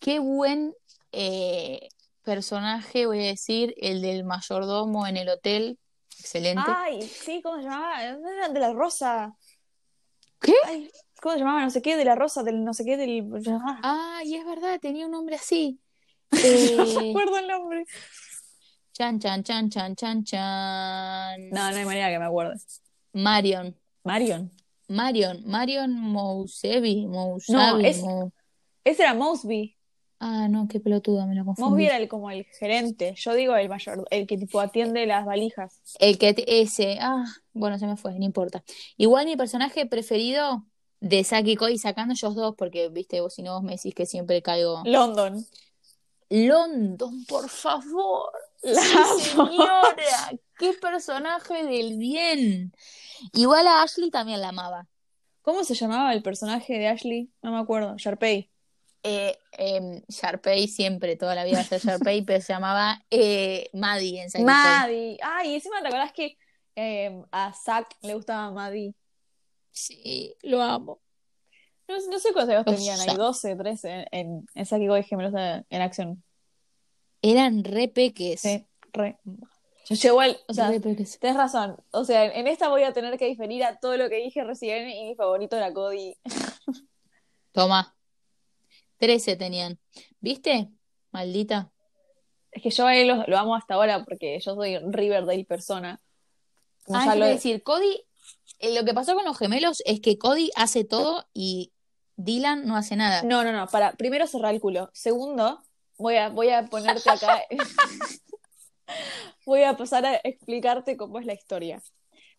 qué buen eh, personaje, voy a decir, el del mayordomo en el hotel. Excelente. Ay, sí, ¿cómo se llamaba? No era De la Rosa. ¿Qué? Ay, ¿Cómo se llamaba? No sé qué, de la Rosa, del no sé qué, del... Ah, Ay, es verdad, tenía un nombre así. Eh, recuerdo el nombre. chan, chan, chan, chan, chan, chan. No, no hay manera que me acuerde. Marion. Marion. Marion, Marion Mousevi, No, Mousavi, es- Mou- Ese era Mosby. Ah, no, qué pelotuda, me lo confundí. Mosby era el, como el gerente. Yo digo el mayor, el que tipo atiende las valijas. El que te- ese, ah, bueno, se me fue, no importa. Igual mi personaje preferido de Saki Koi, sacando ellos dos, porque viste, vos si no vos me decís que siempre Ah. caigo. London. London, por favor. La Sí, amo. señora, qué personaje del bien. Igual a Ashley también la amaba. ¿Cómo se llamaba el personaje de Ashley? No me acuerdo. Sharpay. Eh, em, Sharpay siempre, toda la vida va a ser Sharpay, pero se llamaba eh, Maddie en Saki Koi. Maddie. Ay, encima te acordás que eh, a Zack le gustaba Maddie. Sí, lo amo. No, no sé cuántos años O tenían ahí, sea. 12, 13, en, en, en Zack y Cody Gemelos en, en acción. Eran re peques. Sí, re. Yo llevo el. O sea, Re peques. tenés razón. O sea, en esta voy a tener que diferir a todo lo que dije recién y mi favorito era Cody. Toma. 13 tenían. ¿Viste? Maldita. Es que yo a él lo, lo amo hasta ahora porque yo soy Riverdale persona. Como Ah, ya quiero lo- decir, Cody, eh, lo que pasó con los gemelos es que Cody hace todo y Dylan no hace nada. No, no, no. Para, primero cerrar el culo. Segundo, voy a, voy a ponerte acá. voy a pasar a explicarte cómo es la historia.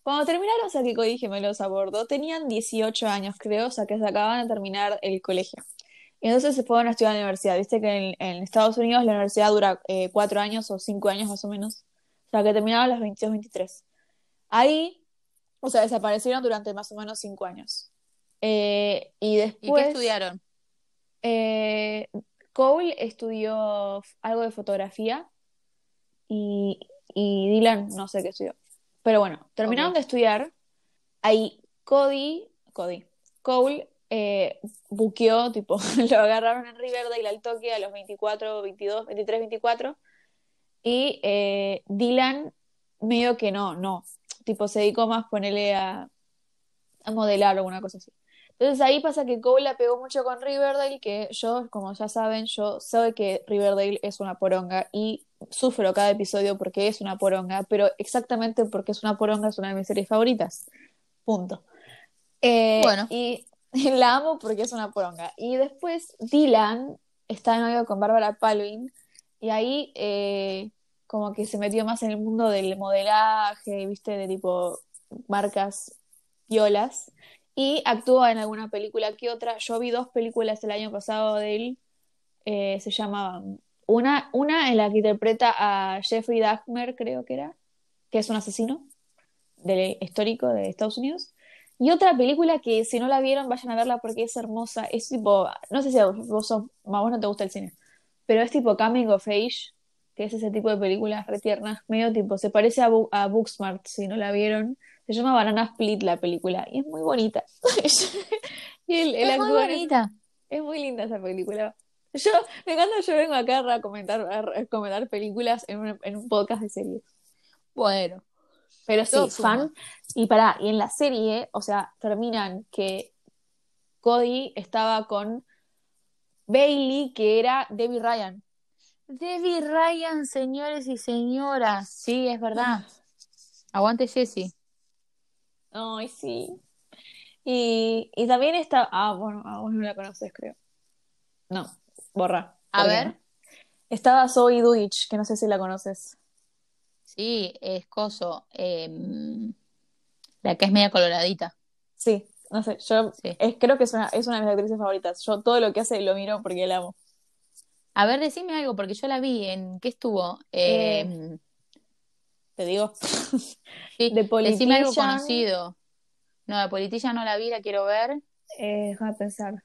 Cuando terminaron Sakiko y Gemelos a bordo, tenían 18 años, creo, o sea que se acababan de terminar el colegio. Y entonces se fueron a estudiar a la universidad. Viste que en, en Estados Unidos la universidad dura 4 años o 5 años más o menos. O sea que terminaban los 22, 23. Ahí, o sea, desaparecieron durante más o menos 5 años. Eh, y ¿Y después. qué estudiaron? Eh, Cole estudió f- algo de fotografía y, y Dylan no sé qué estudió. Pero bueno, terminaron Ok. de estudiar. Ahí Cody, Cody, Cole eh, buqueó, tipo, lo agarraron en Riverdale al toque a los 24, 22, 23, 24. Y eh, Dylan, medio que no, no. Tipo, se dedicó más, ponele a, a modelar o alguna cosa así. Entonces ahí pasa que Cole la pegó mucho con Riverdale, que yo, como ya saben, yo sé que Riverdale es una poronga y sufro cada episodio porque es una poronga, pero exactamente porque es una poronga es una de mis series favoritas. Punto. Eh, Bueno. Y la amo porque es una poronga. Y después Dylan está en novio con Bárbara Palvin y ahí eh, como que se metió más en el mundo del modelaje, viste, de tipo marcas violas. Y actúa en alguna película que otra. Yo vi dos películas el año pasado de él. eh, se llamaban. Una, una en la que interpreta a Jeffrey Dahmer, creo que era, que es un asesino del histórico de Estados Unidos. Y otra película que si no la vieron, vayan a verla porque es hermosa. Es tipo, no sé si a vos, vos sos- a vos no te gusta el cine, pero es tipo Coming of Age, que es ese tipo de películas retiernas, medio tipo, se parece a, Bu- a Booksmart, si no la vieron. Se llama Banana Split la película y es muy bonita. y el, el es muy actor es- bonita. es muy linda esa película. Yo, me encanta, yo vengo acá a recomendar, a recomendar películas en un, en un podcast de series. Bueno, Pero sí, Todo suma. fan. Y pará, y en la serie, o sea, terminan que Cody estaba con Bailey, que era Debbie Ryan. Debbie Ryan, señores y señoras. Sí, es verdad. Aguante Jessie. Ay, sí. Y, y también está. Ah, bueno, a vos no la conoces, creo. No, borra. A porque ver. no. Estaba Zoe Dudich, que no sé si la conoces. Sí, es coso. em, la que es media coloradita. Sí, no sé, yo Sí. es, creo que es una, es una de mis actrices favoritas. Yo todo lo que hace lo miro porque la amo. A ver, decime algo, porque yo la vi en. ¿Qué estuvo? Em, Te digo, sí, de decime algo Politician. conocido. No, de Politilla no la vi, la quiero ver. eh, déjame pensar.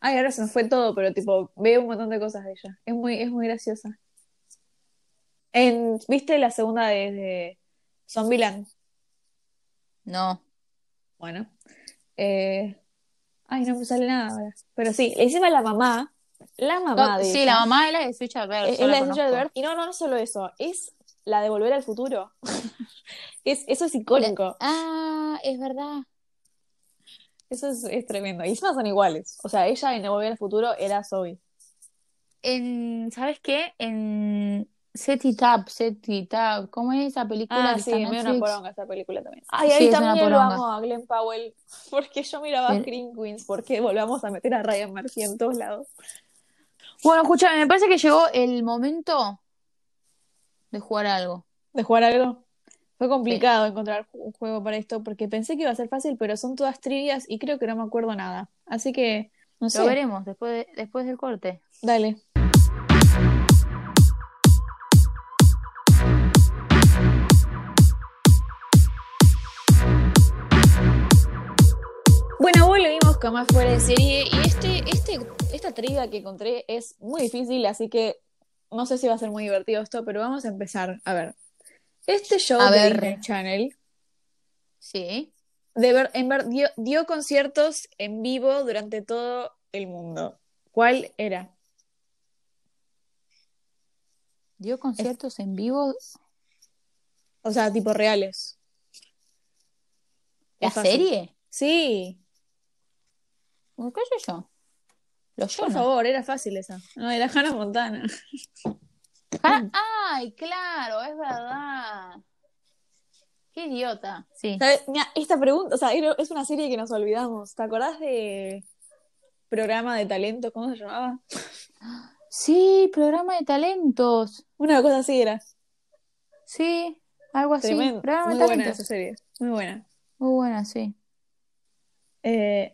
Ay, ahora se nos fue todo, pero tipo, veo un montón de cosas de ella. Es muy, es muy graciosa. En, ¿viste la segunda de, de Zombieland? No. Bueno. Eh, ay, no me sale nada ahora. Pero sí, encima la mamá, la mamá No, de sí, ella, la mamá era Ah, de Switch Adverse. Es, yo es la de conozco. Angel Bird. Y no, no, no solo eso, es la de Volver al Futuro. es, eso es icónico, Ah, es verdad. eso es, es tremendo. Y encima son iguales. O sea, ella en Volver al Futuro era Zoe. En, ¿sabes qué? En Set It Up, Set It Up. ¿Cómo es esa película Ah, que sí, está en me una Netflix? poronga esta película también. Ay, Sí, ahí es una también lo poronga. amo a Glenn Powell, porque yo miraba a Pero- Scream Queens, porque volvamos a meter a Ryan Murphy en todos lados. Bueno, escúchame, me parece que llegó el momento de jugar algo. ¿De jugar algo? Fue complicado encontrar un juego para esto, porque pensé que iba a ser fácil, pero son todas trivias y creo que no me acuerdo nada. Así que, no sé, Lo veremos después, de- después del corte. dale. Bueno, volvimos con más fuera de serie y este, este, esta trivia que encontré es muy difícil, así que no sé si va a ser muy divertido esto, pero vamos a empezar. A ver, este show A de ver. Disney Channel Sí. de ver- en ver- dio, dio conciertos en vivo durante todo el mundo. ¿Cuál era? ¿Dio conciertos en vivo? O sea, tipo reales. ¿La Es fácil. serie? Sí, ¿O ¿Qué sé yo? Los por Jonas. favor, era fácil esa. No, era Hannah Montana. Ah, ¡Ay, claro! Es verdad. ¡Qué idiota! Sí. ¿Sabes? Mira, esta pregunta, o sea, era- es una serie que nos olvidamos. ¿Te acordás de programa de talentos? ¿Cómo se llamaba? Sí, programa de talentos. Una cosa así era. Ah, Sí, algo así. Tremendo. Programa Muy de buena talentos. esa serie. Muy buena. Muy buena, sí. Eh,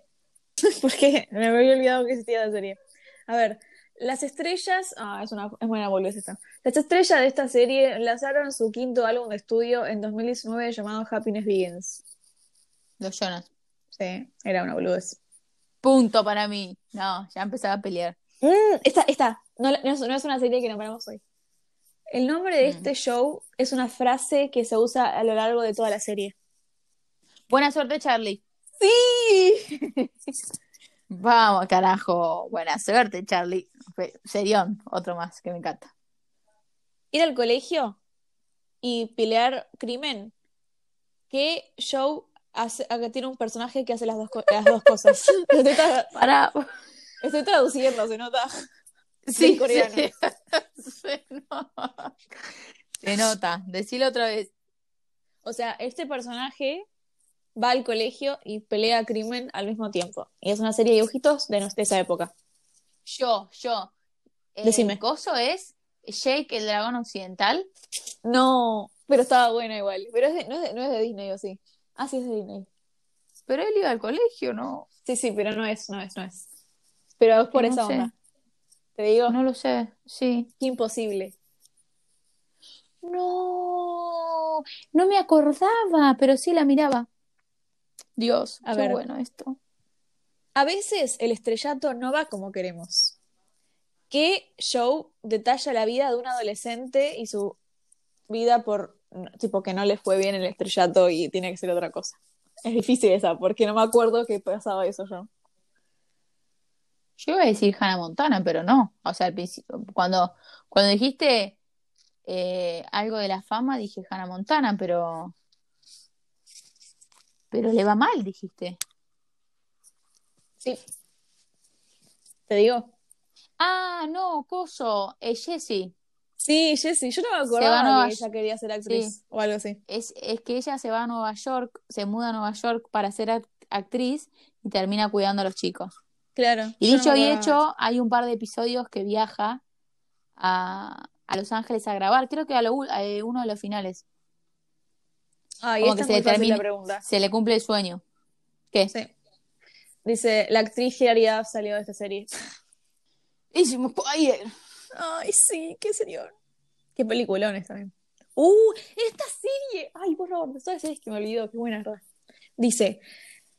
¿Por qué? Me había olvidado que existía la serie. A ver, las estrellas. Ah, es una es buena boludez esta. Las estrellas de esta serie lanzaron su quinto álbum de estudio en 2019 llamado Happiness Begins. Los Jonas. Sí, era una boludez. Punto para mí. No, ya empezaba a pelear. Mm, esta, esta. No, la- no es, no es una serie que nombramos hoy. El nombre de este show es una frase que se usa a lo largo de toda la serie. Buena suerte, Charlie. ¡Sí! Vamos, carajo. Buena suerte, Charlie. Fe- Serión, otro más que me encanta. Ir al colegio y pelear crimen. ¿Qué show hace- acá tiene un personaje que hace las dos, co- las dos cosas? Estoy, tra- Para. estoy traduciendo, se nota. Sí, Soy coreano. se, se nota. Se nota. Decilo otra vez. O sea, este personaje va al colegio y pelea crimen al mismo tiempo. Y es una serie de dibujitos de, nos- de esa época. Yo, yo. El Decime. coso es Jake el dragón occidental. No, pero estaba buena igual. Pero es de- no, es de, no es de Disney, ¿o sí? Ah, sí, es de Disney. Pero él iba al colegio, ¿no? Sí, sí, pero no es, no es, no es. Pero es por No esa sé. onda. Te digo, No lo sé, sí. imposible. No, no me acordaba, pero sí la miraba. Dios, A qué ver. bueno esto. A veces el estrellato no va como queremos. ¿Qué show detalla la vida de un adolescente y su vida por, tipo, que no le fue bien el estrellato y tiene que ser otra cosa? Es difícil esa, porque no me acuerdo que pasaba eso yo. Yo iba a decir Hannah Montana, pero no. O sea, al principio, cuando, cuando dijiste eh, algo de la fama, dije Hannah Montana, pero. Pero le va mal, dijiste. Sí. ¿Te digo? Ah, no, coso, es Jessie. Sí, Jessie, yo no me va a acordaba Nueva que ella quería ser actriz Sí. o algo así. Es, es que ella se va a Nueva York, se muda a Nueva York para ser act- actriz y termina cuidando a los chicos. Claro. Y yo no dicho me y acordaba. hecho, hay un par de episodios que viaja a, a Los Ángeles a grabar, creo que a, lo, ul- a, eh, uno de los finales. Ay, como esta que se es muy fácil determine- la pregunta. Se le cumple el sueño. ¿Qué? Sí. Dice, la actriz Hilary Duff salió de esta serie. Hicimos po- ayer. Ay, sí, qué serión. Qué peliculones también. ¡Uh! ¡Esta serie! Ay, por favor, de todas las series que me olvidó, qué buena, ¿verdad? Dice,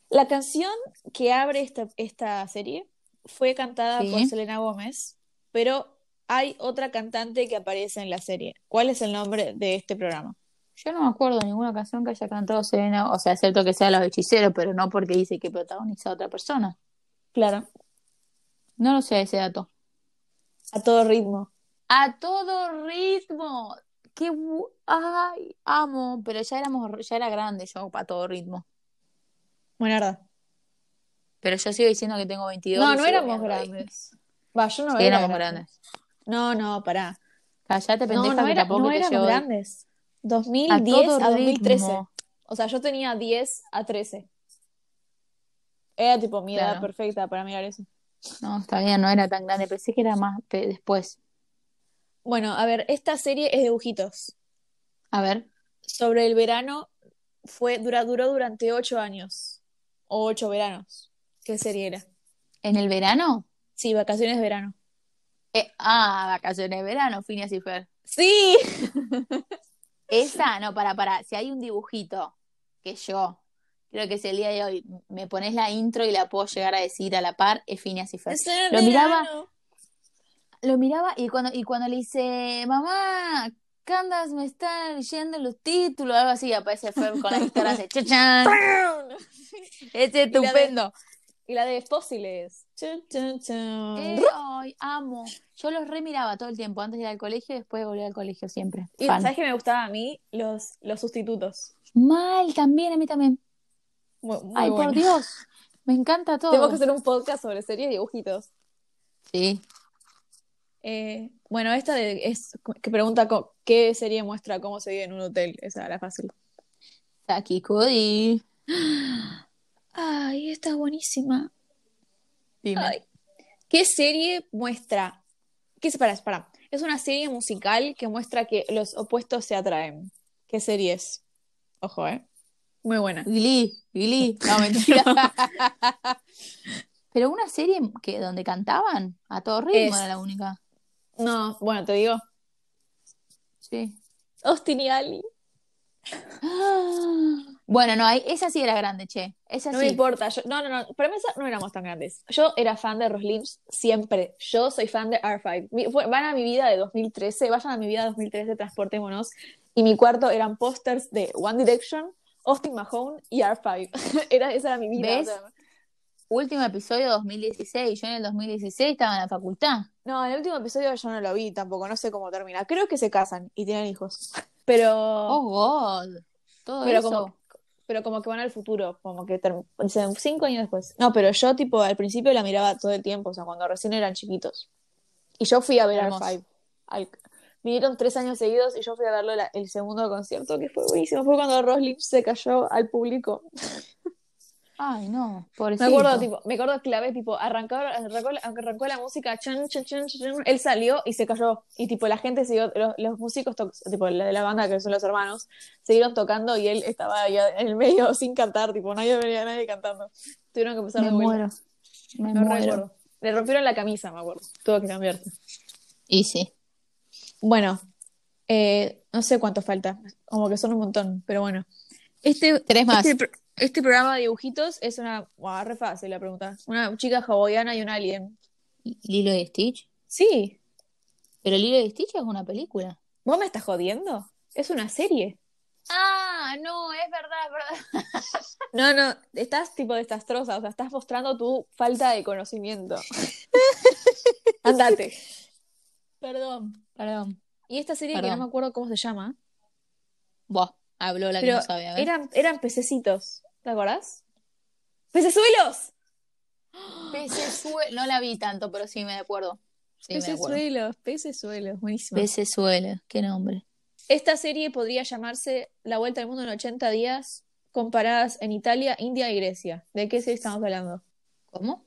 la canción que abre esta, esta serie fue cantada Sí. por Selena Gómez, pero hay otra cantante que aparece en la serie. ¿Cuál es el nombre de este programa? Yo no me acuerdo de ninguna canción que haya cantado Serena, o sea, excepto que sea Los Hechiceros, pero no porque dice que protagoniza a otra persona. Claro. No lo sé ese dato. A todo ritmo. A todo ritmo. Qué bu- ay, amo, pero ya éramos ya era grande yo a todo ritmo. Buenarda. Pero yo sigo diciendo que tengo 22. No, y no sigo éramos viendo ahí. grandes. Va, yo no Sí, era éramos grande. grandes. No, no, pará. Callate, No, pendeja, no, que era- tampoco no te éramos llevo- grandes. a 2010 a, todo 2013. ritmo. O sea, yo tenía 10 a 13. Era tipo mi edad Claro. perfecta para mirar eso. No, está bien, no era tan grande. Pensé que era más pe- después. Bueno, a ver, esta serie es de dibujitos. A ver. Sobre el verano fue dura, duró durante 8 años. O 8 veranos. ¿Qué serie era? ¿En el verano? Sí, vacaciones de verano. Eh, ah, vacaciones de verano, Phineas y Fer. ¡Sí! Esa, no, para, para. Si hay un dibujito que yo creo que es el día de hoy, me pones la intro y la puedo llegar a decir a la par, es Phineas y Fer. Es en el Lo miraba- verano. Lo miraba y cuando, y cuando le dice, mamá, Candas me están leyendo los títulos, algo así, aparece Fer con la guitarra, hace chachán. ¡Brown! Es estupendo. Y la de fósiles. Chun, chun, chun. Eh, ay, amo. Yo los remiraba todo el tiempo, antes de ir al colegio y después de volver al colegio siempre. Y Fan. sabes que me gustaba a mí los, los sustitutos. Mal, también, a mí también. Muy, muy Ay, bueno. por Dios. Me encanta todo. Tenemos que hacer un podcast sobre series y dibujitos. Sí. Eh, bueno, esta de- es que pregunta co- qué serie muestra cómo se vive en un hotel. Esa era fácil. Taki Cody. Ay, esta es buenísima. Dime. Ay. ¿Qué serie muestra? ¿Qué se para? Espera. Es una serie musical que muestra que los opuestos se atraen. ¿Qué serie es? Ojo, ¿eh? Muy buena. Glee, Glee. No, mentira. Pero una serie que, donde cantaban a todo ritmo Es- era la única. No, bueno, te digo. Sí. Austin y Ali. Bueno, no, ahí- esa sí era grande, che. Esa No sí. me importa. yo- no, no, no. Para empezar, no éramos tan grandes. Yo era fan de Roslims siempre. Yo soy fan de R5. Mi- fue- van a mi vida de 2013, vayan a mi vida de 2013, transportémonos. Y mi cuarto eran pósters de One Direction, Austin Mahone y R5. era, esa era mi vida. ¿Ves? o sea, Último episodio 2016. Yo en el 2016 estaba en la facultad. no, el último episodio yo no lo vi tampoco, no sé cómo termina. Creo que se casan y tienen hijos. Pero, Oh, God. Todo pero eso. como pero como que van al futuro, como que term- dicen cinco años después. No, pero yo tipo al principio la miraba todo el tiempo, o sea, cuando recién eran chiquitos. Y yo fui a ver Hermoso. R5. Al- vinieron tres años seguidos y yo fui a verlo la- el segundo concierto, que fue buenísimo. Fue cuando Roslyn se cayó al público. Ay, no. Me Pobrecito. acuerdo, tipo, me acuerdo clave, tipo, arrancó, arrancó, la- arrancó la música, chan, chan, chan, chan, él salió y se cayó. Y tipo, la gente siguió, los, los músicos, to- tipo, la de la banda que son los hermanos, siguieron tocando y él estaba allá en el medio sin cantar, tipo, nadie venía nadie cantando. Tuvieron que empezar Me de vuelta. muero. Me No muero. recuerdo. Le rompieron la camisa, me acuerdo. Tuvo que cambiarse. Y sí. Bueno, eh, no sé cuánto falta, como que son un montón, pero bueno. Este, Tres más. Este, pro- este programa de dibujitos es una. Buah, re fácil la pregunta. Una chica hawaiana y un alien. Lilo y Stitch. Sí. Pero Lilo y Stitch es una película. ¿Vos me estás jodiendo? Es una serie. Ah, no, es verdad, es verdad. No, no, estás tipo desastrosa, o sea, estás mostrando tu falta de conocimiento. Andate. Perdón. Perdón. Y esta serie que Perdón. no me acuerdo cómo se llama, Buah, habló la Pero que no sabe. A ver. eran, eran pececitos, ¿te acordás? ¡Pecesuelos! Pecesue- No la vi tanto, pero sí me acuerdo. Sí, me acuerdo. Pecesuelos, pecesuelos, buenísimo. Pecesuela, qué nombre. Esta serie podría llamarse La Vuelta al Mundo en 80 días, comparadas en Italia, India y Grecia. ¿De qué serie estamos hablando? ¿Cómo?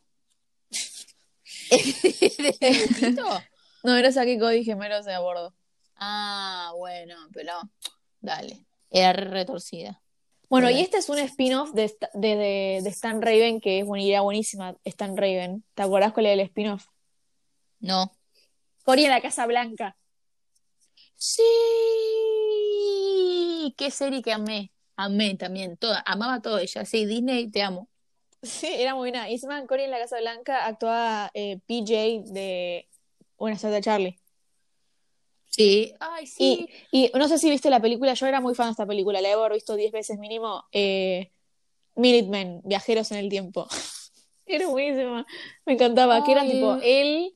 ¿De dibujito? No, era saqué Cody Gemelos de a bordo. Ah, bueno, pero dale. Era re retorcida. Bueno, Hola. y este es un spin-off de, Sta- de, de- de Stan Raven, que es buena idea, buenísima, Stan Raven. ¿Te acordás cuál era el spin-off? No. Cory en la Casa Blanca. Sí. Qué serie que amé. Amé también. Toda, amaba todo ella. Sí, Disney, te amo. Sí, era muy buena. Y encima en Cory en la Casa Blanca actuaba eh, PJ de Buenas tardes, Charlie. Sí. Ay, Y, sí. y no sé si viste la película, yo era muy fan de esta película, la he de haber visto 10 veces mínimo. Eh, Minutemen, Viajeros en el Tiempo. Era buenísima, me encantaba. Que era Ay. tipo él,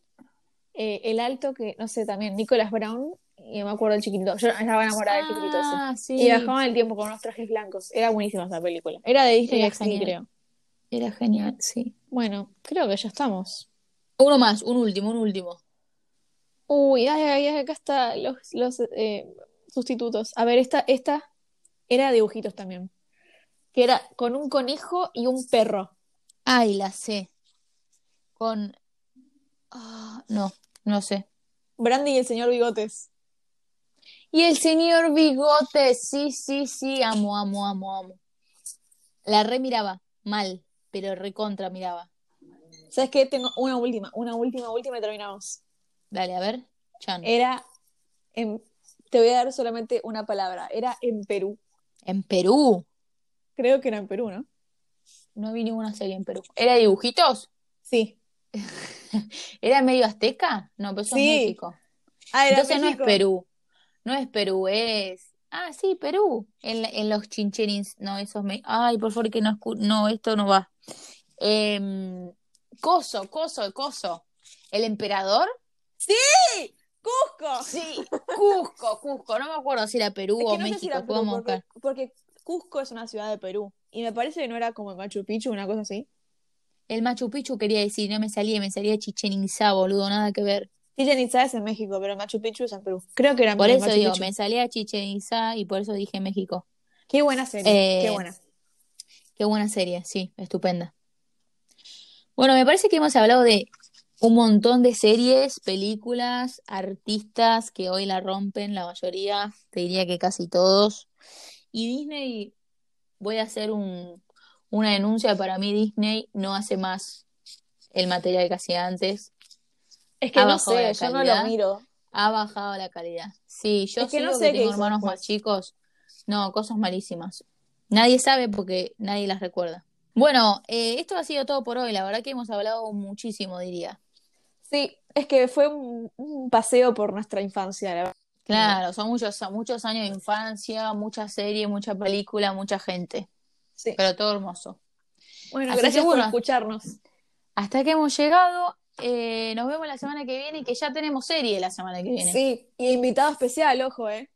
eh, el alto que, no sé, también Nicholas Brown, y me acuerdo del chiquitito, yo estaba enamorada del chiquitito ese. ah, Y sí. viajaban en el tiempo con unos trajes blancos. Era buenísima esa película. Era de Disney Era XD, genial. creo. Era genial, sí. Bueno, creo que ya estamos. Uno más, un último, un último. Uy, ay, ay, ay, acá está los, los eh, sustitutos. A ver, esta, esta era dibujitos también. Que era con un conejo y un perro. Ay, la sé. Con. Ah, no, no sé. Brandy y el señor Bigotes. Y el señor Bigote, sí, sí, sí, amo, amo, amo, amo. La re miraba, mal, pero recontra miraba. ¿Sabes qué? Tengo una última, una última, última y terminamos. Dale, a ver, Chan. Era en, te voy a dar solamente una palabra. Era en Perú. En Perú. Creo que era en Perú, ¿no? No vi ninguna serie en Perú. ¿Era dibujitos? Sí. ¿Era medio azteca? No, pero eso es Sí. México. Ah, era Entonces no es México. Perú. No es Perú, es. Ah, sí, Perú. En, la- en los chincherins. No, esos me. Ay, por favor, que no escu- No, esto no va. Em, coso, coso, coso. ¿El emperador? Cusco. Sí, Cusco, Cusco. No me acuerdo si era Perú Es o que no sé si México. era después vamos a Perú, buscar. porque, porque Cusco es una ciudad de Perú. Y me parece que no era como Machu Picchu, una cosa así. El Machu Picchu quería decir, no me salía, me salía Chichen Itzá, boludo, nada que ver. Chichen Itza es en México, pero Machu Picchu es en Perú. Creo que era en Por eso Machu digo, Picchu. me salía Chichen Itzá y por eso dije México. Qué buena serie, Eh, qué buena. Qué buena serie, sí, estupenda. Bueno, me parece que hemos hablado de un montón de series, películas, artistas que hoy la rompen, la mayoría, te diría que casi todos. Y Disney, voy a hacer un, una denuncia, para mí Disney no hace más el material que hacía antes, Es que ha no bajado sé, la yo no lo calidad. miro. ha bajado la calidad. Sí, yo Es que no sigo sé que qué tengo hizo hermanos después. más chicos, No, cosas malísimas. Nadie sabe porque nadie las recuerda. Bueno, eh, esto ha sido todo por hoy. La verdad que hemos hablado muchísimo, diría. Sí, es que fue un, un paseo por nuestra infancia, la verdad. Claro, son muchos, son muchos años de infancia, mucha serie, mucha película, mucha gente. Sí. Pero todo hermoso. Bueno, Así gracias que por bueno. escucharnos. Hasta que hemos llegado. eh, nos vemos la semana que viene, que ya tenemos serie la semana que viene. Sí, y invitado especial, ojo, ¿eh?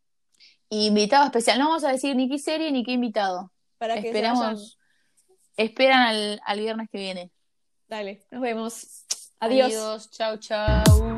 Y invitado especial. No vamos a decir ni qué serie ni qué invitado. Para que se vayan. Esperamos. Esperan al, al viernes que viene. Dale, nos vemos. Adiós. Adiós. Chau, chau.